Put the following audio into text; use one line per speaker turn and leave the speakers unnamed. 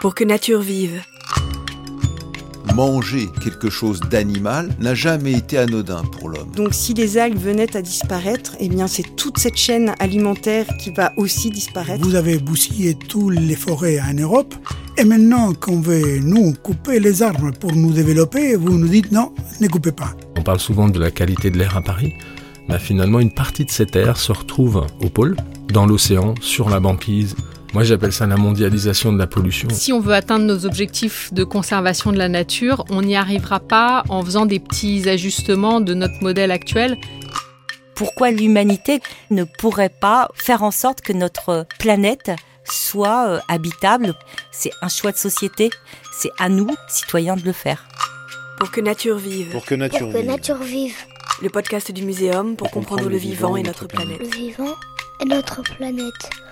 pour que nature vive.
Manger quelque chose d'animal n'a jamais été anodin pour l'homme.
Donc si les algues venaient à disparaître, eh bien c'est toute cette chaîne alimentaire qui va aussi disparaître.
Vous avez bousillé toutes les forêts en Europe, et maintenant qu'on veut nous couper les arbres pour nous développer, vous nous dites non, ne coupez pas.
On parle souvent de la qualité de l'air à Paris. Bah, finalement, une partie de cet air se retrouve au pôle, dans l'océan, sur la banquise, moi, j'appelle ça la mondialisation de la pollution.
Si on veut atteindre nos objectifs de conservation de la nature, on n'y arrivera pas en faisant des petits ajustements de notre modèle actuel.
Pourquoi l'humanité ne pourrait pas faire en sorte que notre planète soit euh, habitable C'est un choix de société, c'est à nous, citoyens, de le faire.
Pour que nature vive.
Pour que nature, pour vive. Que nature vive.
Le podcast du muséum pour, pour comprendre, comprendre, le vivant et notre, notre planète.
planète. Le vivant et notre planète.